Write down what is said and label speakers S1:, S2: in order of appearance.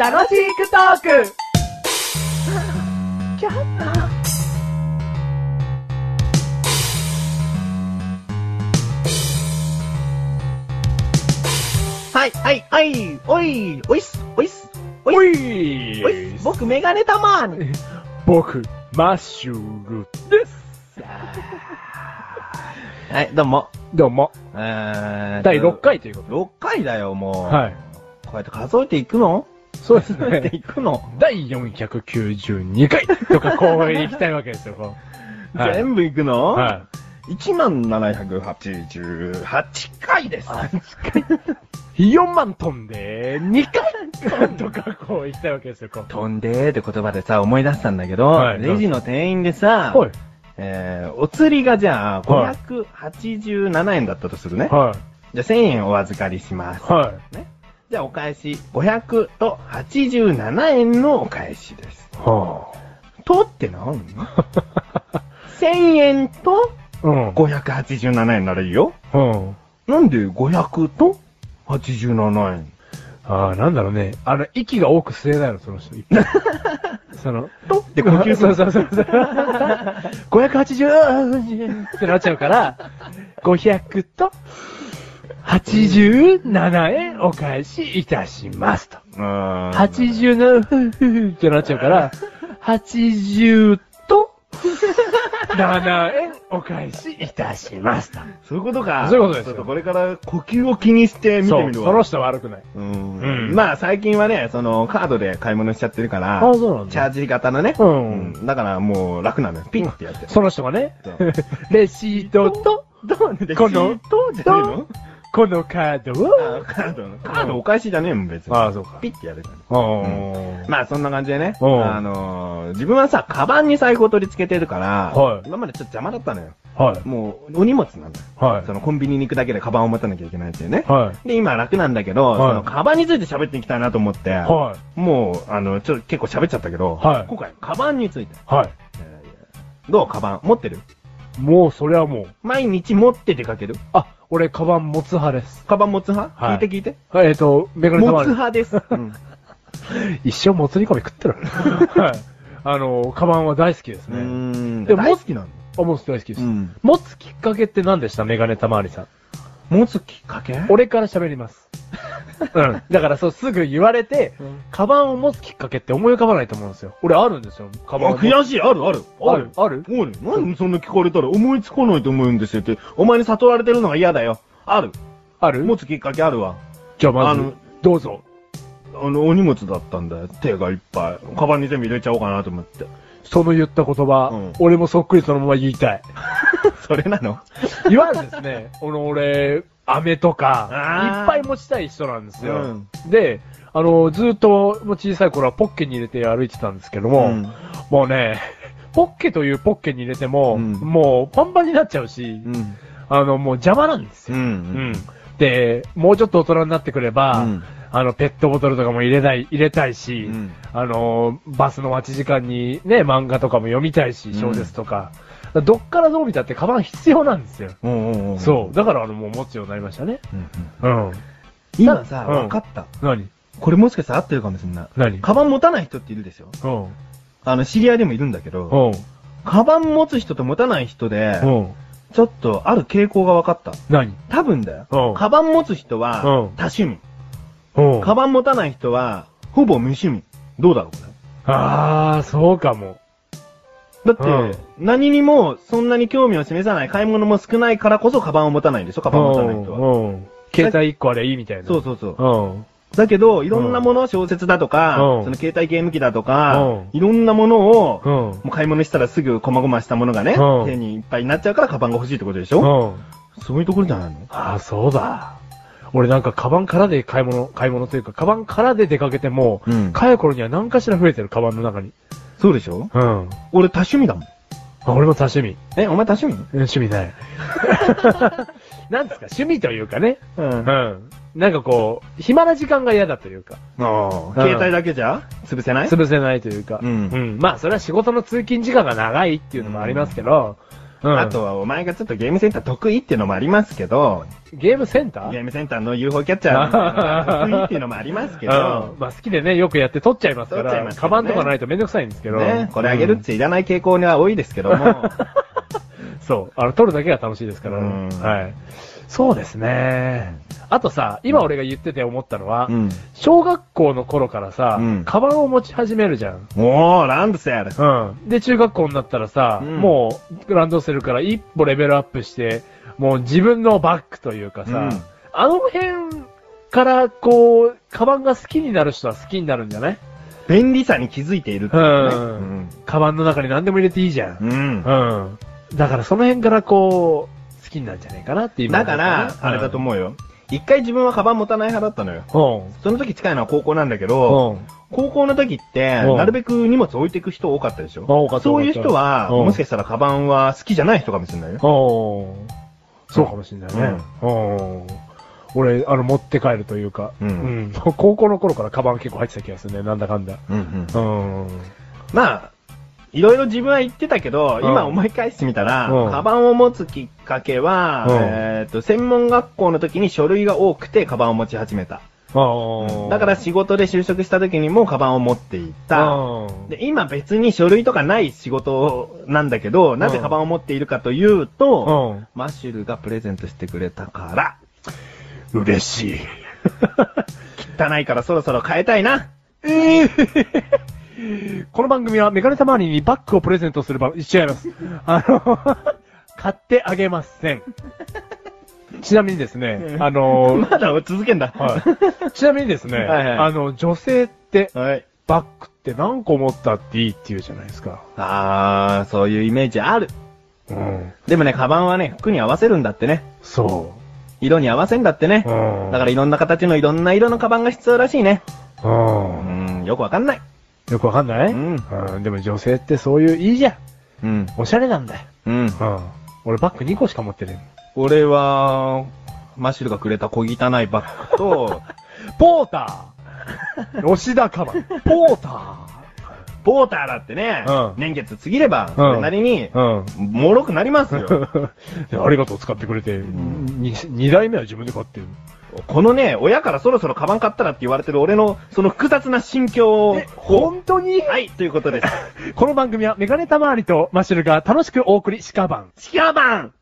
S1: 楽しくトーク
S2: はい、はい、はい、おい、おいっす、おいっす、
S3: おい
S2: おいっす、僕メガネたまー に。
S3: 僕、マッシュルです。
S2: はい、どうも。
S3: どうも、
S2: えー、
S3: 第6。回というこ
S2: 6回だよ、もう。
S3: と。はい。
S2: こうやって数えていくの
S3: そうです
S2: 数えて
S3: ね。
S2: いくの、
S3: 第492回とか、こう行きたいわけですよ、こう。はい。
S2: 全部いくの、
S3: は
S2: ?1788 回です。
S3: い。4万飛んで、2回とか、こう行きたいわけですよ、こう。
S2: 飛んでーって言葉でさ、思い出したんだけど、
S3: はい
S2: レジの店員でさ、
S3: はい。
S2: えー、お釣りがじゃあ、
S3: はい
S2: 587円だったとするね。
S3: はい。
S2: じゃあ1000円お預かりします。
S3: は
S2: じゃあお返し、500と87円のお返しです。
S3: い。は
S2: とって なん1000円と
S3: ぁ。うん。
S2: 587円ならいいよ。
S3: うん。
S2: なんで500と87円
S3: ああ、なんだろうね。あの、息が多く吸えないの、その人。その、
S2: とって呼吸す
S3: そう
S2: る。
S3: そう そうそう。580ってなっちゃうから、500と87円お返しいたしますと。
S2: うーん
S3: 87ふふふってなっちゃうから、80と7円お返しいたしますと。
S2: そういうことか。
S3: そういうことです
S2: ちょ
S3: よ
S2: っとこれから呼吸を気にして見て
S3: そ
S2: み
S3: う、
S2: る
S3: その
S2: わ。
S3: 人は悪くない。
S2: うん
S3: うん
S2: まあ最近はね、そのカードで買い物しちゃってるから、
S3: ああ、そうなん
S2: チャー
S3: だ。
S2: ジ型のね。
S3: うん
S2: だからもう楽なのよ。ピッてやって。
S3: その人がね、
S2: そう
S3: レシートと、
S2: どうね、
S3: この
S2: どうじゃないの
S3: このカード
S2: あ
S3: を。
S2: カードの。カードお返しじゃねえもん、別に。
S3: そうか
S2: ピッてやるからね。
S3: あ
S2: まあそんな感じでね、
S3: うん
S2: あのー、自分はさ、カバンに財布を取り付けてるから、
S3: はい
S2: 今までちょっと邪魔だったのよ。
S3: あ。はい。
S2: もう、お荷物なんだよ。
S3: は
S2: そのコンビニに行くだけでカバンを持たなきゃいけないっていうね
S3: い。。はい。
S2: で、今楽なんだけど、
S3: はい
S2: そのカバンについて喋っていきたいなと思って、
S3: はい。
S2: もう、あの、ちょっと結構喋っちゃったけど、
S3: はい
S2: 今回、カバンについて。
S3: は
S2: えーどうカバン持ってる
S3: い。もう、それはもう。
S2: 毎日持って出かける
S3: あ、俺、カバン持つ派です。
S2: カバン持つ派、
S3: はい
S2: 聞いて聞いて。
S3: はい、えっ、と、メガ
S2: 持
S3: ネ
S2: つ
S3: 玉
S2: 派です。うん
S3: 一生もつ煮込み食 ってる。はい。あの、カバンは大好きです
S2: うー
S3: ね。
S2: ん。
S3: でも
S2: 大好きなの
S3: あ、持つ大好きです。
S2: ん。
S3: 持つきっかけって何でしたメガネたまわりさん。
S2: 持つきっかけ
S3: 俺から喋ります。うん。だからそう、すぐ言われて、カバンを持つきっかけって思い浮かばないと思うんですよ。俺あるんですよ。カバン
S2: あ
S3: を持つ。
S2: 悔しい、あるある。
S3: あるある
S2: おい、なんでそんな聞かれたら思いつかないと思うんですよって、お前に悟られてるのが嫌だよ。ある。
S3: ある
S2: 持つきっかけあるわ。
S3: じゃあま
S2: あの
S3: ず、どうぞ。
S2: あの、お荷物だったんだよ。手がいっぱい。カバンに全部入れちゃおうかなと思 って。
S3: その言った言葉、
S2: うん
S3: 俺もそっくりそのまま言い たい。
S2: それなの
S3: いわゆるですね、この俺、飴と
S2: あー
S3: か、いっぱい持ちたい人なんです
S2: う
S3: よ。
S2: ん。
S3: で、あの、ずっと、もう小さい頃はポッケに入れて歩いてたんですけども、
S2: うん
S3: もうね、ポッケというポッケに入れても、
S2: うん
S3: もうパンパンになっちゃうし、
S2: うん。
S3: あの、もう邪魔なんです
S2: う
S3: よ。うん
S2: ん。
S3: で、もうちょっと大人になってくれば、
S2: うん
S3: あの、ペットボトルとかも入れない、入れたいし、
S2: うん
S3: あの、バスの待ち時間にね、漫画とかも読みたいし、小説とか。どっからどう見たってカバン必要なんですよ。
S2: うんうんうん。
S3: そう。だから、あの、もう持つようになりましたね。
S2: うんうん。
S3: うん。
S2: 今さ、
S3: うん
S2: 分かった。
S3: 何
S2: これもしかしたら合ってるかもしれない。
S3: 何
S2: カバン持たない人っているでしょ
S3: うん。うん。
S2: あの、知り合いでもいるんだけど、カバン持つ人と持たない人で、
S3: うん。
S2: ちょっとある傾向が分かった。
S3: 何
S2: 多分だよ。
S3: うん
S2: カバン持つ人は
S3: うん、
S2: 多趣味。
S3: うん。
S2: カバン持たない人は、ほぼ無趣味。どうだろうこ
S3: あー、そうかも。
S2: れ。だって、何にもそんなに興味を示さない、買い物も少ないからこそカバンを持たないんでしょカバン持たない人は。
S3: うん。うん携帯一個あればいいみたいな。
S2: そうそうそう。
S3: うん。
S2: だけど、いろんなもの、小説だとか、
S3: うん
S2: その携帯ゲーム機だとか
S3: うん、
S2: いろんなものを、
S3: う
S2: も
S3: ん。うん。
S2: う買い物したらすぐ細々したものがね、
S3: うん
S2: 手にいっぱいになっちゃうからカバンが欲しいってことでしょそういうところじゃないの
S3: あー、そうだ。俺なんか、カバンからで買い物、買い物というか、カバンからで出かけても、
S2: うん
S3: 帰る頃には何かしら増えてる、カバンの中に。
S2: そうでしょ
S3: うん。
S2: 俺多趣味だもん。
S3: あ俺も多趣味。
S2: え、お前多趣味
S3: うん趣味ない。 なんですか、趣味というかね。
S2: う。
S3: うん
S2: あ
S3: ん。なんかこう、暇な時間が嫌だというか、
S2: あ、
S3: うん
S2: 携帯だけじゃ潰せない
S3: 潰せないというか、
S2: うん
S3: まあ、それは仕事の通勤時間が長いっていうのもありますけど、うん
S2: あとはお前がちょっとゲームセンター得意っていうのもありますけど、
S3: ゲームセンター
S2: ゲームセンターの UFO キャッチャーみたいなのが得意っていうのもありますけ
S3: う
S2: ど
S3: ん、まあ好きでね、よくやって取っちゃいますか
S2: 取っちゃ
S3: ら、
S2: いますけ
S3: カ
S2: どね
S3: バンとかないとめんどくさいんですけど。
S2: ね、これあげるっていらない傾向には多いですけども、
S3: うんそう。あの、取るだけが楽しいですから。
S2: うん
S3: はい。そうですね。あとさ、今俺が言ってて思ったのは、
S2: うん。
S3: 小学校の頃からさ、
S2: うん
S3: カバンを持ち始めるじゃん。
S2: おー、ランドセル。
S3: うん。で、中学校になったらさ、
S2: うん
S3: もう、ランドセルから一歩レベルアップして、もう自分のバッグというかさ、
S2: うん
S3: あの辺から、こう、カバンが好きになる人は好きになるんじゃない
S2: 便利さに気づいているっていううね。
S3: カバンの中に何でも入れていいじゃん。
S2: うん。うん
S3: うん。だからその辺からこう、好きになるんじゃないかなって今
S2: だ
S3: 思
S2: か
S3: うね。
S2: ら、あれだと思うよ。一回自分はカバン持たない派だったのよ。
S3: 思
S2: その時近いのは高校なんだけ
S3: う
S2: ど、
S3: ん。うん。
S2: 高校の時って、
S3: うん
S2: なるべく荷物置いていく人多かったでし
S3: 多か
S2: ょ
S3: った
S2: そういう人は、
S3: うん
S2: もしかしたらカバンは好きじゃない人かもしれないよ。
S3: うん。そうかもしれないね。うん。俺、あの、持って帰るというか、
S2: うん
S3: うん高校の頃からカバン結構入ってた気がするね、なんだかんだ。うん。
S2: まあ、いろいろ自分は言ってたけど、
S3: ん
S2: 今思い返してみたら
S3: うん、
S2: カバンを持つきっかけは、
S3: うん
S2: えっと、専門学校の時に書類が多くてカバンを持ち始めた。
S3: ああ。
S2: だから仕事で就職した時にもカバンを持っていった。
S3: うん、
S2: で、今別に書類とかない仕事なんだけど、なぜカバンを持っているかというと、
S3: う
S2: マッシュルがプレゼントしてくれたから、
S3: ん。嬉し い。
S2: 汚いからそろそろ変えたいな。
S3: ええこの番組はメガネたまわりにバッグをプレゼントする番組、違います。あの、買ってあげません。ちなみにですね、あの、
S2: まだ続けんだ。
S3: はい、ちなみにですね、
S2: はいはい
S3: あの、女性って
S2: はい。
S3: バッグって何個持ったっていいって言うじゃないですか。
S2: あー、そういうイメージある。
S3: うん。
S2: でもね、カバンはね、服に合わせるんだってね。
S3: そ
S2: 色に合わせんだってね。
S3: う。うん。
S2: だからいろんな形のいろんな色のカバンが必要らしいね。
S3: ら、
S2: う
S3: うん。
S2: ん、よくわかんない。
S3: よくわかんない
S2: うん
S3: うん。でも女性ってそういう、いいじゃん。
S2: うん、
S3: おしゃれなんだよ。
S2: うん。
S3: うん。俺バッグ2個しか持ってない。
S2: 俺は、マッシュルがくれた小汚いバッグと、
S3: ポーター吉田カバン。 ポータ
S2: ポーターだってね、
S3: うん
S2: 年月過ぎれば、
S3: ん
S2: それなりに、
S3: ー。
S2: 脆くなります
S3: う
S2: よ。
S3: ん。 ありがとう、使ってくれて。
S2: ん
S3: に二代目は自分で買ってる。
S2: このね、親からそろそろカバン買ったらって言われてる俺の、その複雑な心境を、こ
S3: 当に
S2: うはい、ということです。
S3: この番組はメガネたまわりとマッシュルが楽しくお送りしかばん。
S2: シカバン